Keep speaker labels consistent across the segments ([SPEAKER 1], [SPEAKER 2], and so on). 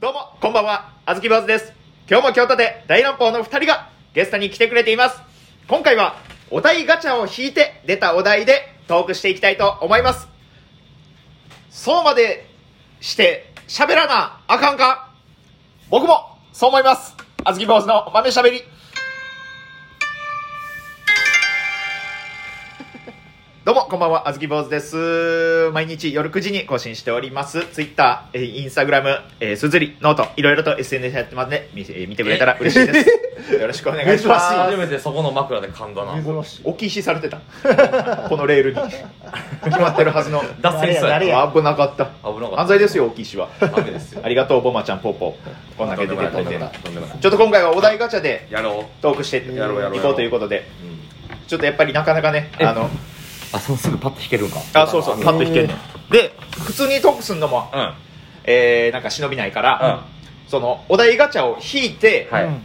[SPEAKER 1] どうも、こんばんは、あずき坊主です。今日も京都で大乱暴の二人がゲストに来てくれています。今回は、お題ガチャを引いて出たお題でトークしていきたいと思います。そうまでして喋らなあかんか僕もそう思います。あずき坊主の豆喋り。 どうも、こんばんは、あずき坊主です。毎日夜9時に更新しております。ツイッター、えー、インスタグラム、えー、すずり、ノート、いろいろと SNS やってますね。見,、えー見てくれたら嬉しい です。よろしくお願いしま
[SPEAKER 2] 初めてそこの枕で噛んだな
[SPEAKER 3] 珍し
[SPEAKER 1] す。
[SPEAKER 3] い
[SPEAKER 1] 置き石されてた。 このレールに。決まってるはずの。
[SPEAKER 2] 脱線しそうや
[SPEAKER 3] 誰や
[SPEAKER 1] あ危なかった。
[SPEAKER 2] 危なかった
[SPEAKER 1] 犯罪ですよ、大きいしは。
[SPEAKER 2] ダメですよ
[SPEAKER 1] ありがとう、ボマちゃん、ポーポー。こんだけ
[SPEAKER 2] とん
[SPEAKER 1] 出
[SPEAKER 2] で
[SPEAKER 1] て
[SPEAKER 2] も
[SPEAKER 1] い
[SPEAKER 2] ない
[SPEAKER 1] ただいて。
[SPEAKER 2] とんでもない
[SPEAKER 1] ちょっと今回はお題ガチャで
[SPEAKER 2] やろ
[SPEAKER 1] トークして
[SPEAKER 2] やろうやろう
[SPEAKER 1] いこうということで、
[SPEAKER 2] う、うん、
[SPEAKER 1] ちょっとやっぱりなかなかね、
[SPEAKER 2] え
[SPEAKER 1] あの、
[SPEAKER 2] あそうすぐパッと弾けるんか
[SPEAKER 1] あ、そうそう、
[SPEAKER 2] ん
[SPEAKER 1] パッと引けるの。で、普通にトークするのも、
[SPEAKER 2] うん
[SPEAKER 1] えー、なんか忍びないから、その、お題ガチャを引いて、
[SPEAKER 2] はい
[SPEAKER 3] うん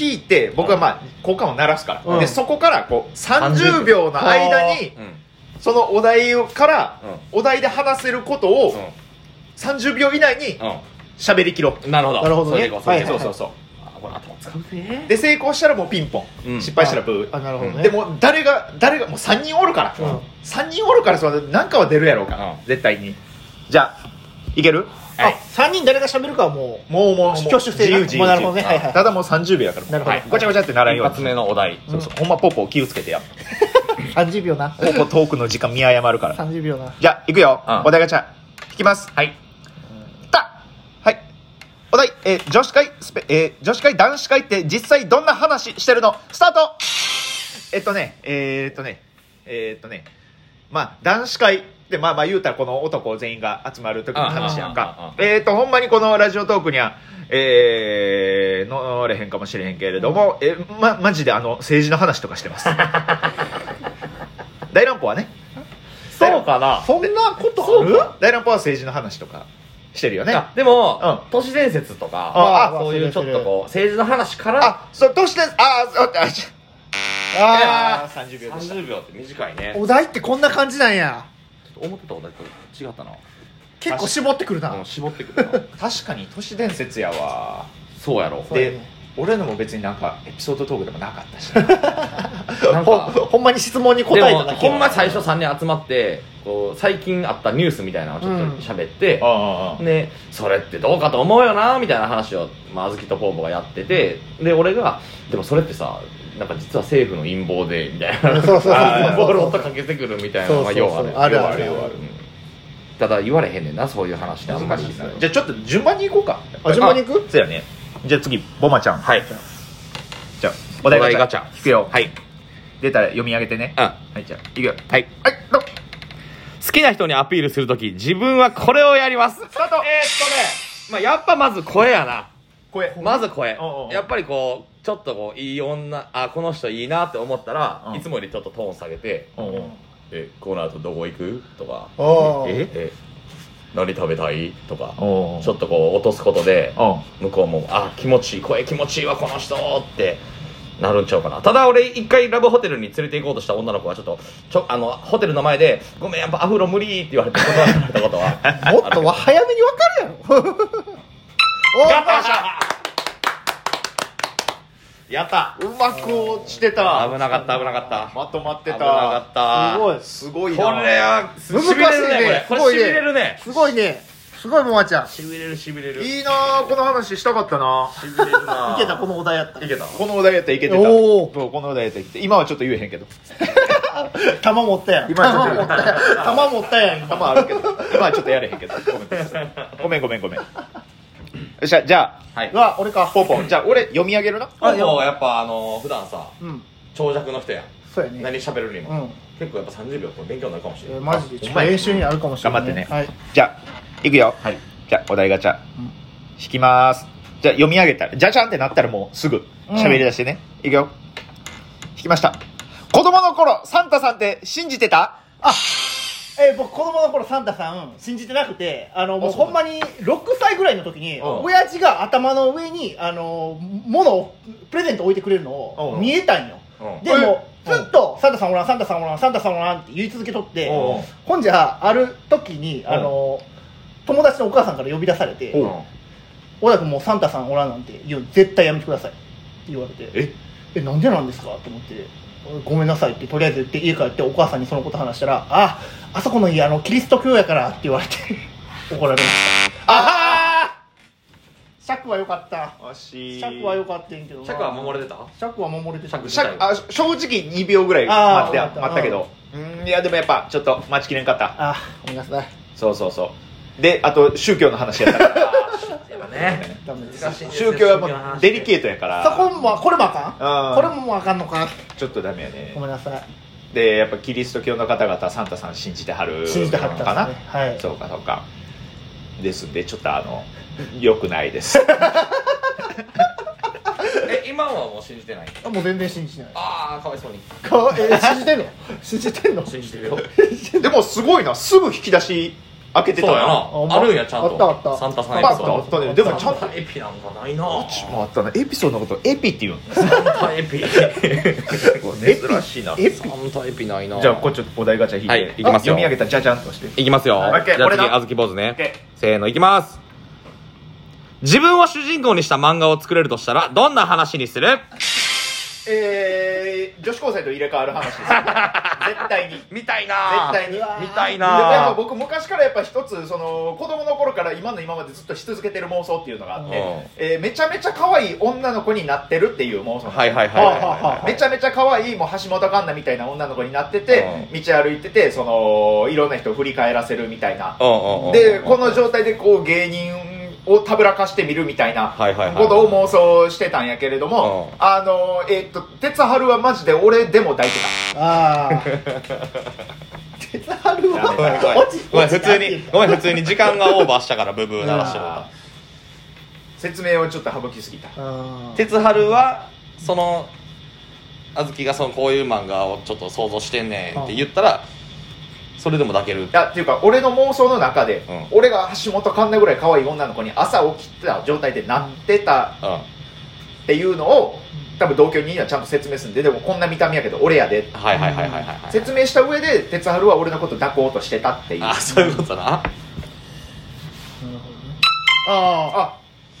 [SPEAKER 1] 引いて、僕はまあ、効果を鳴らすか
[SPEAKER 3] う
[SPEAKER 1] ら。
[SPEAKER 3] ん
[SPEAKER 1] で、そこからこう、30秒の間に、
[SPEAKER 2] うん
[SPEAKER 1] そのお題から、お題で話せることを、30秒以内に
[SPEAKER 2] うん
[SPEAKER 1] 喋りきろう。
[SPEAKER 2] うんなるほど
[SPEAKER 3] なるほど
[SPEAKER 2] そ
[SPEAKER 3] ね
[SPEAKER 2] れでいこうそれでいこ
[SPEAKER 1] そうう
[SPEAKER 3] は
[SPEAKER 1] そ
[SPEAKER 3] い
[SPEAKER 1] うそう。
[SPEAKER 2] あこれ頭使うぜ
[SPEAKER 1] で成功したらもうピンポン、
[SPEAKER 2] うん
[SPEAKER 1] 失敗したらブー
[SPEAKER 3] あなるほどね
[SPEAKER 1] でも誰が誰がもう3人おるから、
[SPEAKER 3] うん
[SPEAKER 1] 3人おるからそれなんかは出るやろうから、
[SPEAKER 2] うん
[SPEAKER 1] 絶対にじゃあいける
[SPEAKER 2] はい
[SPEAKER 3] あ三人誰が喋るかはも
[SPEAKER 1] もうもうもう
[SPEAKER 3] 挙手制
[SPEAKER 1] 自由
[SPEAKER 3] な
[SPEAKER 1] 自由
[SPEAKER 3] もうなるほどね
[SPEAKER 1] 自由
[SPEAKER 3] はいはい
[SPEAKER 1] ただもう30秒やからもう
[SPEAKER 3] なるほ
[SPEAKER 1] は
[SPEAKER 3] ど
[SPEAKER 1] いごちゃごちゃってならん
[SPEAKER 2] 一
[SPEAKER 1] よう
[SPEAKER 2] 発
[SPEAKER 1] に
[SPEAKER 2] 目のお題
[SPEAKER 1] そうそうほんまポーポー気をつけてや
[SPEAKER 3] う30秒な
[SPEAKER 1] ポーポートークの時間見誤るから
[SPEAKER 3] 30秒な
[SPEAKER 1] じゃあいくよ、
[SPEAKER 2] うん
[SPEAKER 1] お題ガチャ引きます
[SPEAKER 2] はい
[SPEAKER 1] たはいお題、えー女子会スペ、えー女子会男子会って実際どんな話してるのスタートえっとねえーっとねえーっとねまあ男子会でまあまあ言うたらこの男全員が集まる時の話やん
[SPEAKER 2] あああああ
[SPEAKER 1] かえーっとほんまにこのラジオトークにはえー、乗れへんかもしれへんけれども、えーま、マジであの政治の話とかして ます大乱歩はね
[SPEAKER 2] そうかな
[SPEAKER 3] そんなことあ
[SPEAKER 2] そう
[SPEAKER 3] る
[SPEAKER 2] か
[SPEAKER 1] 大乱歩は政治の話とかしてるよね
[SPEAKER 2] あでも、
[SPEAKER 1] うん
[SPEAKER 2] 都市伝説と
[SPEAKER 1] あ
[SPEAKER 2] か
[SPEAKER 3] あ
[SPEAKER 2] そういうちょっとこう政治の話から
[SPEAKER 1] あ、そう、どうして、あ、あ、あ、ちあ、三十秒でした。
[SPEAKER 2] 30秒って短いね
[SPEAKER 3] お題ってこんな感じなんや
[SPEAKER 2] ちょっと思ってたお題と違ったな
[SPEAKER 3] 結構絞ってく
[SPEAKER 2] う
[SPEAKER 3] る
[SPEAKER 2] ん
[SPEAKER 3] な
[SPEAKER 2] 絞ってくるな
[SPEAKER 1] 確かに都市伝説やわ。
[SPEAKER 2] そうやろ
[SPEAKER 3] そうや
[SPEAKER 1] で
[SPEAKER 3] ね、
[SPEAKER 1] 俺のも別になんかエピソードトークでもなかったし。
[SPEAKER 2] なん
[SPEAKER 3] ほ
[SPEAKER 2] か
[SPEAKER 3] ほんまに質問に答
[SPEAKER 2] で
[SPEAKER 3] え
[SPEAKER 2] も
[SPEAKER 3] ただけ
[SPEAKER 2] ほんま最初3人集まってこう最近あったニュースみたいなのをちょっと喋って、
[SPEAKER 1] あ
[SPEAKER 2] でそれってどうかと思うよなみたいな話を、まあずきとぽぅぽがやっててで俺がでもそれってさなんか実は政府の陰謀でみたいな
[SPEAKER 3] そうそうそう
[SPEAKER 2] あ ーボールを音かけてくるみたいなの
[SPEAKER 3] そうそう
[SPEAKER 2] が
[SPEAKER 3] そう
[SPEAKER 2] ようある
[SPEAKER 3] あるあ
[SPEAKER 1] 要
[SPEAKER 3] る
[SPEAKER 1] はある
[SPEAKER 2] うんただ言われへんねんなそういう話ってあんまり
[SPEAKER 3] 難しいな
[SPEAKER 1] じゃあちょっと順番に行こうか。
[SPEAKER 3] あ順番に行く
[SPEAKER 1] そうやね。じゃあ次、ボマちゃん。
[SPEAKER 2] はい
[SPEAKER 1] じゃあ、お題
[SPEAKER 2] お題
[SPEAKER 1] ガ
[SPEAKER 2] ガ
[SPEAKER 1] チ
[SPEAKER 2] チ
[SPEAKER 1] ャ
[SPEAKER 2] ャ。
[SPEAKER 1] 引くよ。
[SPEAKER 2] はい
[SPEAKER 1] 出たら読み上げてね。
[SPEAKER 2] うん
[SPEAKER 1] はい、じゃあ、行くよ。
[SPEAKER 2] はい
[SPEAKER 1] はい、どう
[SPEAKER 2] 好きな人にアピールするとき自分はこれをやります
[SPEAKER 1] スタート
[SPEAKER 2] えーっとね、まあ、やっぱまず声やな
[SPEAKER 1] 声。
[SPEAKER 2] まず声
[SPEAKER 1] おうおう
[SPEAKER 2] やっぱりこうちょっとこういい女あこの人いいなって思ったら、
[SPEAKER 1] うん
[SPEAKER 2] いつもよりちょっとトーン下げて
[SPEAKER 1] うんうん
[SPEAKER 2] 「えこの後どこ行く?」とか「
[SPEAKER 3] おー
[SPEAKER 2] ええ何食べたい?」とか
[SPEAKER 1] おう
[SPEAKER 2] ちょっとこう落とすことで
[SPEAKER 1] うん
[SPEAKER 2] 向こうも「あ気持ちいい声気持ちいいわこの人」ってなるんちゃうかなただ俺一回ラブホテルに連れて行こうとした女の子はちょっとちょあのホテルの前で「ごめんやっぱアフロ無理」って言 われて断られたことは
[SPEAKER 3] もっとわ早めに分かるやろお
[SPEAKER 2] やった
[SPEAKER 3] ー
[SPEAKER 1] やったうまく落ちてた
[SPEAKER 2] 危なかった危なかった
[SPEAKER 1] まとまって
[SPEAKER 2] 危
[SPEAKER 1] た
[SPEAKER 2] なかった
[SPEAKER 3] すご
[SPEAKER 1] すご
[SPEAKER 3] い
[SPEAKER 1] い
[SPEAKER 2] これ
[SPEAKER 1] な
[SPEAKER 2] はし
[SPEAKER 3] 難しいね
[SPEAKER 2] びれるねこれ
[SPEAKER 3] すご
[SPEAKER 2] こ
[SPEAKER 3] い
[SPEAKER 2] れし
[SPEAKER 3] ね
[SPEAKER 2] びれるね
[SPEAKER 3] すごいねすごいもまちゃんい
[SPEAKER 2] しびれるしびれる
[SPEAKER 1] いいなあこの話したかったな
[SPEAKER 2] しびれるな
[SPEAKER 3] けたこのお題やった
[SPEAKER 2] いけた
[SPEAKER 1] このお題やったらいけてた
[SPEAKER 3] おお
[SPEAKER 1] そうこのお題やったらいけて今はちょっと言えへんけど
[SPEAKER 3] 玉持ったやん
[SPEAKER 1] 今ちょっと
[SPEAKER 3] 玉持ったやん玉持ったやん
[SPEAKER 1] まああるけど今はちょっとやれへんけどごめんごめんごめんごめんよっしゃじゃあ
[SPEAKER 2] はい
[SPEAKER 3] は俺か
[SPEAKER 1] ポンポンじゃあ俺読み上げるな
[SPEAKER 2] あでもやっぱあの普段さ
[SPEAKER 3] うん
[SPEAKER 2] 長尺の人やん
[SPEAKER 3] そうやね
[SPEAKER 2] 何喋るに
[SPEAKER 3] う
[SPEAKER 2] も
[SPEAKER 3] ん
[SPEAKER 2] 結構やっぱ30秒これ勉強になるかもしれ
[SPEAKER 3] え
[SPEAKER 2] な
[SPEAKER 3] ー
[SPEAKER 2] い
[SPEAKER 3] マジでち
[SPEAKER 1] ほん
[SPEAKER 3] ょっ
[SPEAKER 1] ま
[SPEAKER 3] と
[SPEAKER 1] や
[SPEAKER 3] 練習になるかもしれない、
[SPEAKER 1] 頑張
[SPEAKER 3] はい
[SPEAKER 1] じゃあいくよ
[SPEAKER 2] はい
[SPEAKER 1] じゃあお題ガチャ
[SPEAKER 3] うん
[SPEAKER 1] 引きますじゃあ読み上げたらじゃじゃんってなったらもうすぐ
[SPEAKER 3] うん
[SPEAKER 1] 喋り出してね、いくよ引きました子供の頃サンタさんって信じてた
[SPEAKER 3] あえー僕子供の頃サンタさん信じてなくてあのもう
[SPEAKER 2] そう
[SPEAKER 3] ほんまに6歳ぐらいの時に
[SPEAKER 2] うん
[SPEAKER 3] 親父が頭の上にあの物をプレゼント置いてくれるのを
[SPEAKER 1] うん
[SPEAKER 3] 見えたんよ
[SPEAKER 2] うん
[SPEAKER 3] でも
[SPEAKER 1] うん
[SPEAKER 3] ずっとサンタさんおらんサンタさんおらんサンタさんおらんって言い続けとって
[SPEAKER 1] うん
[SPEAKER 3] ほんじゃある時にあの友達のお母さんから呼び出されて
[SPEAKER 2] うん
[SPEAKER 1] お
[SPEAKER 3] 小田君もうサンタさんおらんなんて言うの絶対やめてくださいって言われて
[SPEAKER 2] え
[SPEAKER 3] えなんでなんですかと思ってごめんなさいってとりあえず言って家帰ってお母さんにそのこと話したらああそこの家あのキリスト教やからって言われて 怒られまし
[SPEAKER 1] あ
[SPEAKER 3] た尺は良かった
[SPEAKER 1] はー惜しい
[SPEAKER 3] 尺は良かったんやけどな
[SPEAKER 2] 尺は守れてた
[SPEAKER 3] 尺は守れてた
[SPEAKER 2] 尺
[SPEAKER 1] 尺あ正直2秒ぐらい待って
[SPEAKER 3] あー
[SPEAKER 1] 待ったけどうんいやでもやっぱちょっと待ちきれんかった
[SPEAKER 3] あごめんなさい
[SPEAKER 1] そうそうそうであと宗教の話やったから
[SPEAKER 2] やっぱね
[SPEAKER 3] ダメです
[SPEAKER 2] 難しいですよ
[SPEAKER 1] 宗教は
[SPEAKER 2] 宗教の
[SPEAKER 1] もう
[SPEAKER 2] 話
[SPEAKER 1] デリケートやから
[SPEAKER 3] そこもこれもあか
[SPEAKER 1] あー
[SPEAKER 3] んこれももうあかんのか
[SPEAKER 1] ちょっとダメやね
[SPEAKER 3] ごめんなさい
[SPEAKER 1] でやっぱキリスト教の方々サンタさん信じてはる
[SPEAKER 3] 信じてはったんで
[SPEAKER 1] かな、
[SPEAKER 3] すねはい
[SPEAKER 1] そうかそうかですんでちょっとあの良くないです
[SPEAKER 2] え今はもう信じてない
[SPEAKER 3] あもう全然信じてない
[SPEAKER 2] ああかわいそうに
[SPEAKER 3] かえー信じてんの 信じてんの
[SPEAKER 2] 信じてるよ
[SPEAKER 1] でもすごいなすぐ引き出し開けてた
[SPEAKER 2] そうや
[SPEAKER 1] な
[SPEAKER 3] ほん
[SPEAKER 2] な
[SPEAKER 3] ま
[SPEAKER 2] あるんやちゃんと
[SPEAKER 3] あったあった
[SPEAKER 2] サンタさんエピ
[SPEAKER 1] あ
[SPEAKER 2] ソ
[SPEAKER 1] った
[SPEAKER 2] ー
[SPEAKER 1] あ
[SPEAKER 2] ド
[SPEAKER 1] ったねでもちゃん
[SPEAKER 2] サ
[SPEAKER 1] と
[SPEAKER 2] ンタエピなんかないな
[SPEAKER 1] あったなエピソードのことエピって言うんです
[SPEAKER 2] サンタエピ
[SPEAKER 1] 珍しいな
[SPEAKER 3] え
[SPEAKER 2] サンタエピないな
[SPEAKER 1] じゃあこっちょっとお題ガチャ引いて、
[SPEAKER 2] はいいきますよ
[SPEAKER 1] あ読み上げたじゃじゃんとして
[SPEAKER 2] いきますよ。
[SPEAKER 1] はい
[SPEAKER 2] じゃ
[SPEAKER 1] OK
[SPEAKER 2] あ
[SPEAKER 1] これ
[SPEAKER 2] 次、
[SPEAKER 1] な
[SPEAKER 2] あずき坊主ね
[SPEAKER 1] OK。
[SPEAKER 2] せーの、いきます。自分を主人公にした漫画を作れるとしたら、どんな話にする
[SPEAKER 1] えー、女子高生と入れ替わる話です 絶対に
[SPEAKER 2] みたい
[SPEAKER 1] 絶
[SPEAKER 2] な
[SPEAKER 1] 対に
[SPEAKER 3] うわ
[SPEAKER 2] みたい
[SPEAKER 1] でもやっぱ
[SPEAKER 2] な
[SPEAKER 1] 僕昔からやっぱ一つその子供の頃から今の今までずっとし続けてる妄想っていうのがあって、
[SPEAKER 2] うん
[SPEAKER 1] えーめちゃめちゃ可愛い女の子になってるっていう妄想
[SPEAKER 2] はいはいはい
[SPEAKER 3] は
[SPEAKER 2] はい
[SPEAKER 3] あはあは
[SPEAKER 2] は
[SPEAKER 3] あ
[SPEAKER 1] めちゃめちゃ可愛いもう橋本環奈みたいな女の子になってて、
[SPEAKER 2] う
[SPEAKER 1] 道歩いててそのいろんな人を振り返らせるみたいな、
[SPEAKER 2] い。うんうんうん
[SPEAKER 1] でこの状態でこう芸人をたぶらかしてみるみたいな
[SPEAKER 2] はいはいはい
[SPEAKER 1] ことを妄想してたんやけれども、
[SPEAKER 2] うん
[SPEAKER 1] あのえっと哲春はマジで俺でも抱いて
[SPEAKER 3] ああ。 テザルは
[SPEAKER 2] ごめんごめん
[SPEAKER 3] 落ち
[SPEAKER 2] ごめん普通にごめん普通に時間がオーバーしたからブブー鳴らしてもら
[SPEAKER 1] た説明をちょっと省きすぎた
[SPEAKER 3] あ
[SPEAKER 2] った
[SPEAKER 3] ー
[SPEAKER 2] 哲春はそのあずきがそのこういう漫画をちょっと想像してんねんって言ったらそれでも抱ける
[SPEAKER 1] いやっていうか俺の妄想の中で、
[SPEAKER 2] う
[SPEAKER 1] 俺が橋本環奈ぐらい可愛い女の子に朝起きた状態でなってた
[SPEAKER 2] うんはい
[SPEAKER 1] っていうのを多分同居人にはちゃんと説明するんででもこんな見た目やけど俺やで
[SPEAKER 2] はいはいはいはいはい
[SPEAKER 1] 説明した上で哲春は俺のこと抱こうとしてたっていう
[SPEAKER 2] あそういうこ とな
[SPEAKER 3] なるほどねあ
[SPEAKER 1] あ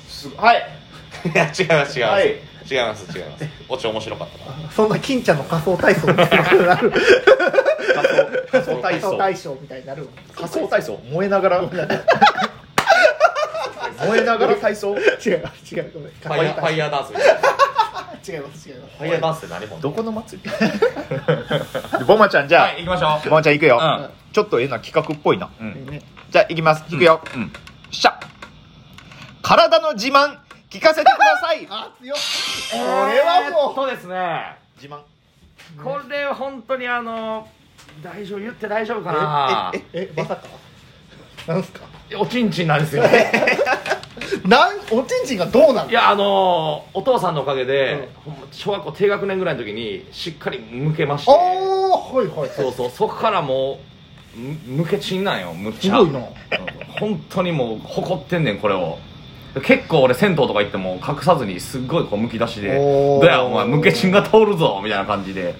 [SPEAKER 1] すごはい
[SPEAKER 2] いや違います違います、
[SPEAKER 1] はい
[SPEAKER 2] 違います違いますオチ面白かったな
[SPEAKER 3] あそんな金ちゃんの仮想体操みたいになる
[SPEAKER 2] 仮
[SPEAKER 3] 仮想体操大賞みたいになるわ
[SPEAKER 1] 仮想体操燃えなが ら燃えながら体操
[SPEAKER 3] 違う違うごめん
[SPEAKER 2] ファイヤーファイ
[SPEAKER 3] ヤ
[SPEAKER 2] ヤーダンスみたいなフ
[SPEAKER 3] 違います違います
[SPEAKER 2] ァイヤーダンスって何本
[SPEAKER 1] どこの祭り ボマちゃんじゃあ、
[SPEAKER 2] はい行きましょ
[SPEAKER 1] ボマちゃん行くよ、
[SPEAKER 2] うん
[SPEAKER 1] ちょっとええな企画っぽいな、
[SPEAKER 2] う、うん、
[SPEAKER 3] ね
[SPEAKER 1] じゃあ行きます行くよ、
[SPEAKER 2] うんうん
[SPEAKER 1] しゃ体の自慢聞かせてください
[SPEAKER 3] あ強っ
[SPEAKER 1] これはもう
[SPEAKER 2] そうですね
[SPEAKER 1] 自慢
[SPEAKER 2] これ本当にあの大丈夫言って大丈夫か
[SPEAKER 1] ええ
[SPEAKER 3] えまさかなんすか
[SPEAKER 2] えおちんちんなん ですよ
[SPEAKER 3] なんおちんちんがどうなの
[SPEAKER 2] いやあのお父さんのおかげで
[SPEAKER 3] う、
[SPEAKER 2] ほんま小学校低学年ぐらいの時にしっかり向けまして
[SPEAKER 3] おおはいはい
[SPEAKER 2] そうそうそこからもうむ向けちんなんよむっ
[SPEAKER 3] す
[SPEAKER 2] ちゃ
[SPEAKER 3] ごいな
[SPEAKER 2] 本当にもう誇ってんねんこれを結構俺銭湯とか行っても隠さずにすっごいこうむき出しで「
[SPEAKER 3] お
[SPEAKER 2] ど
[SPEAKER 3] ー
[SPEAKER 2] やお前むけちんが通るぞ」みたいな感じでで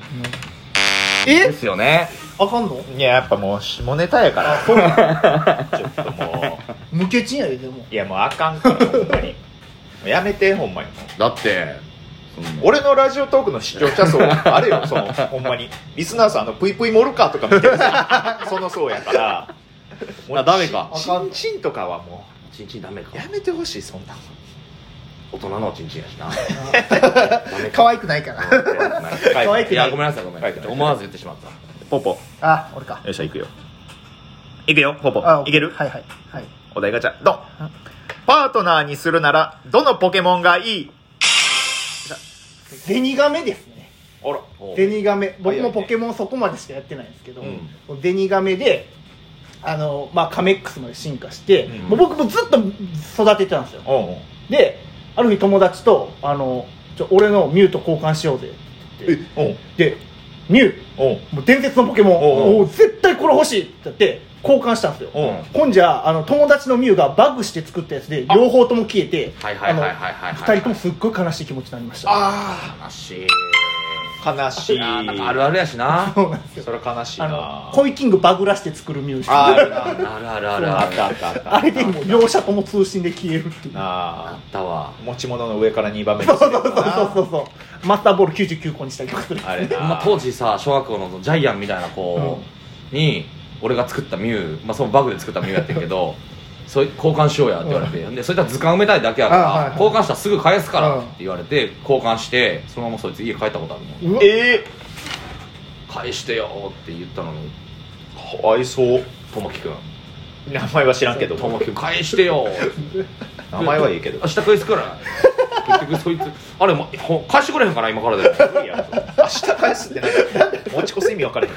[SPEAKER 3] え
[SPEAKER 2] すよね
[SPEAKER 3] あかんの
[SPEAKER 1] いややっぱもう下ネタやから
[SPEAKER 3] そうなの
[SPEAKER 1] ちょっとも
[SPEAKER 3] 無けちんやでで
[SPEAKER 1] う
[SPEAKER 3] も
[SPEAKER 1] いやもうあかんからほんまにもうやめてほんまに
[SPEAKER 2] だって
[SPEAKER 1] 俺のラジオトークの視聴 者層あれよそのほんまにリスナーさんあのぷいぷいモルカーとか見てるさ その層やから
[SPEAKER 2] あダメ
[SPEAKER 1] も
[SPEAKER 2] か
[SPEAKER 1] うチンチンとかはも
[SPEAKER 2] ちんちんダメか
[SPEAKER 1] うやめてほしいそんな
[SPEAKER 2] 大人のおちんちんやしなダメ
[SPEAKER 3] 可愛くないから 可愛くない
[SPEAKER 2] いやごめんなさいごめんなさい
[SPEAKER 1] はい
[SPEAKER 2] 思わず言ってしまった
[SPEAKER 1] ポポ
[SPEAKER 3] あ俺か
[SPEAKER 1] よっしゃ行くよ行くよポポ
[SPEAKER 3] あ
[SPEAKER 1] いける
[SPEAKER 3] はいはいはい
[SPEAKER 1] お題ガチャドンパートナーにするならどのポケモンがいい
[SPEAKER 3] ゼニガメですね
[SPEAKER 1] あら
[SPEAKER 3] デニガメ僕
[SPEAKER 1] 早い
[SPEAKER 3] も
[SPEAKER 1] ね
[SPEAKER 3] ポケモンそこまでしかやってないんですけど、
[SPEAKER 2] う
[SPEAKER 3] デニガメであの、まあ、カメックスまで進化して、
[SPEAKER 1] うん
[SPEAKER 3] もう僕もずっと育ててたんですよ
[SPEAKER 1] おうおう
[SPEAKER 3] である日友達とあのちょ俺のミュウと交換しようぜって言っ
[SPEAKER 1] えおう
[SPEAKER 3] てでミュ
[SPEAKER 1] おう
[SPEAKER 3] ウもう伝説のポケモン
[SPEAKER 1] おうおう
[SPEAKER 3] おう絶対これ欲しいって言って交換したんですよ
[SPEAKER 1] おう
[SPEAKER 3] ほんじゃあの友達のミュウがバグして作ったやつで両方とも消えて
[SPEAKER 2] はいはいは
[SPEAKER 3] あ
[SPEAKER 2] い
[SPEAKER 3] の
[SPEAKER 2] はいはいはい
[SPEAKER 3] 二人ともすっごい悲しい気持ちになりました
[SPEAKER 1] あ
[SPEAKER 2] 悲しい
[SPEAKER 1] あ悲しい
[SPEAKER 2] あーなんかあるあるやしな
[SPEAKER 3] そうなんですよ
[SPEAKER 1] それ悲しい
[SPEAKER 3] あ
[SPEAKER 1] な
[SPEAKER 3] のコイキングバグらして作るミュージ
[SPEAKER 1] あ
[SPEAKER 3] カル
[SPEAKER 1] ーあるな
[SPEAKER 2] あるあるあ
[SPEAKER 1] あ
[SPEAKER 2] る
[SPEAKER 1] る
[SPEAKER 2] あ
[SPEAKER 1] あっ
[SPEAKER 2] る
[SPEAKER 1] た
[SPEAKER 2] あ
[SPEAKER 1] あったあった
[SPEAKER 3] あれでも両者とも通信で消えるっていう
[SPEAKER 2] あ
[SPEAKER 1] な
[SPEAKER 2] ったわ
[SPEAKER 1] あ持ち物の上から2番目に
[SPEAKER 3] そう
[SPEAKER 1] す
[SPEAKER 3] そう
[SPEAKER 1] るよ
[SPEAKER 3] そうそうそうそうマスターボール99個にしたりとかする
[SPEAKER 1] なあれな、
[SPEAKER 2] まあ、当時さ小学校のジャイアンみたいな子に、俺が作ったミュウ、まあ、そのバグで作ったミュウやってんけど それ交換しようやって言われて、でそれたら図鑑埋めたいだけやから、
[SPEAKER 3] あはいはい
[SPEAKER 2] 交換したらすぐ返すから
[SPEAKER 3] うん
[SPEAKER 2] って言われて交換してそのままそいつ家帰ったことあるもん
[SPEAKER 3] うわ
[SPEAKER 1] え
[SPEAKER 2] 返してよって言ったのに
[SPEAKER 1] ー、かわいそう
[SPEAKER 2] ともきくん
[SPEAKER 1] 名前は知らんけど
[SPEAKER 2] ともきくん返してよ
[SPEAKER 1] 名前はいいけど
[SPEAKER 2] 明日返すから結局そいつあれもほ返してくれへんかな今からでも
[SPEAKER 1] 無理や明日返すってなんか持ち越す意味分からへん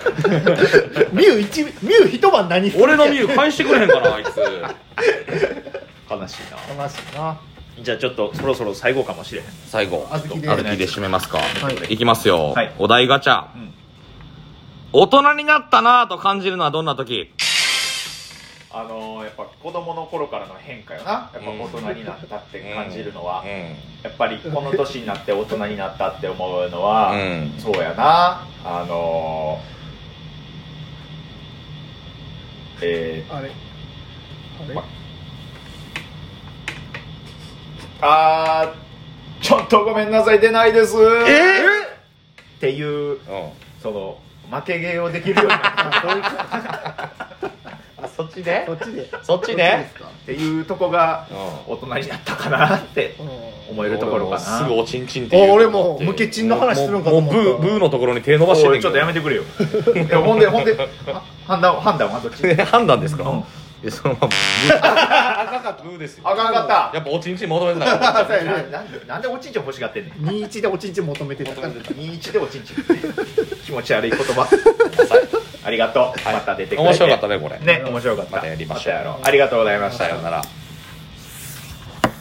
[SPEAKER 3] ミュウ一ミュウ一晩何する
[SPEAKER 2] 俺のミュウ返してくれへんかなあいつ
[SPEAKER 1] 悲しいな
[SPEAKER 3] 悲しいな
[SPEAKER 1] じゃあちょっとそろそろ最後かもしれへん
[SPEAKER 2] 最後
[SPEAKER 3] あずきで
[SPEAKER 2] あずきで締めますか、
[SPEAKER 3] はい
[SPEAKER 2] い、きますよ、
[SPEAKER 1] はい
[SPEAKER 2] お題ガチャ、
[SPEAKER 1] うん
[SPEAKER 2] 大人になったなぁと感じるのはどんな時
[SPEAKER 1] あのーやっぱ子供の頃からの変化よなやっぱ大人になったって感じるのは、
[SPEAKER 2] う
[SPEAKER 1] やっぱりこの年になって大人になったって思うのは、
[SPEAKER 2] ん
[SPEAKER 1] そうやなあのーえ
[SPEAKER 3] あれあれ
[SPEAKER 1] ー、あーちょっとごめんなさい出ないです
[SPEAKER 2] え
[SPEAKER 1] っていう
[SPEAKER 2] うん
[SPEAKER 1] その負け芸をできるようになったそういうことあそっちね
[SPEAKER 3] そっちで
[SPEAKER 1] そっちね
[SPEAKER 3] そっ
[SPEAKER 1] っていうとこが
[SPEAKER 2] う
[SPEAKER 1] 大人になったかなって
[SPEAKER 3] ちですか
[SPEAKER 1] 思えるところか
[SPEAKER 2] 俺もす
[SPEAKER 1] な
[SPEAKER 2] ぐおちんちんって言うと思って
[SPEAKER 3] お俺もムケチンの話するんかと思った
[SPEAKER 2] もうもうブーブーのところに手伸ばしてん
[SPEAKER 1] お
[SPEAKER 2] ね
[SPEAKER 1] い
[SPEAKER 2] ん
[SPEAKER 1] ちょっとやめてくれよいやほんでほんでは判断は判断はどっち
[SPEAKER 2] て 判断ですか、
[SPEAKER 1] うん
[SPEAKER 2] えそのままブー赤かったブーですよ
[SPEAKER 1] あかんかった
[SPEAKER 2] やっぱおちんちん求めてたから
[SPEAKER 3] そうやね
[SPEAKER 1] ななんなんでおちんちん欲しがってんねん
[SPEAKER 3] 21でおちんちん求めてた
[SPEAKER 1] 21でおちんちん気持ち悪い言葉ありがとう、また出てくれて
[SPEAKER 2] 面白かったねこれ
[SPEAKER 1] ね面白かった
[SPEAKER 2] またやりましょう
[SPEAKER 1] やろうありがとうございました
[SPEAKER 2] さようなら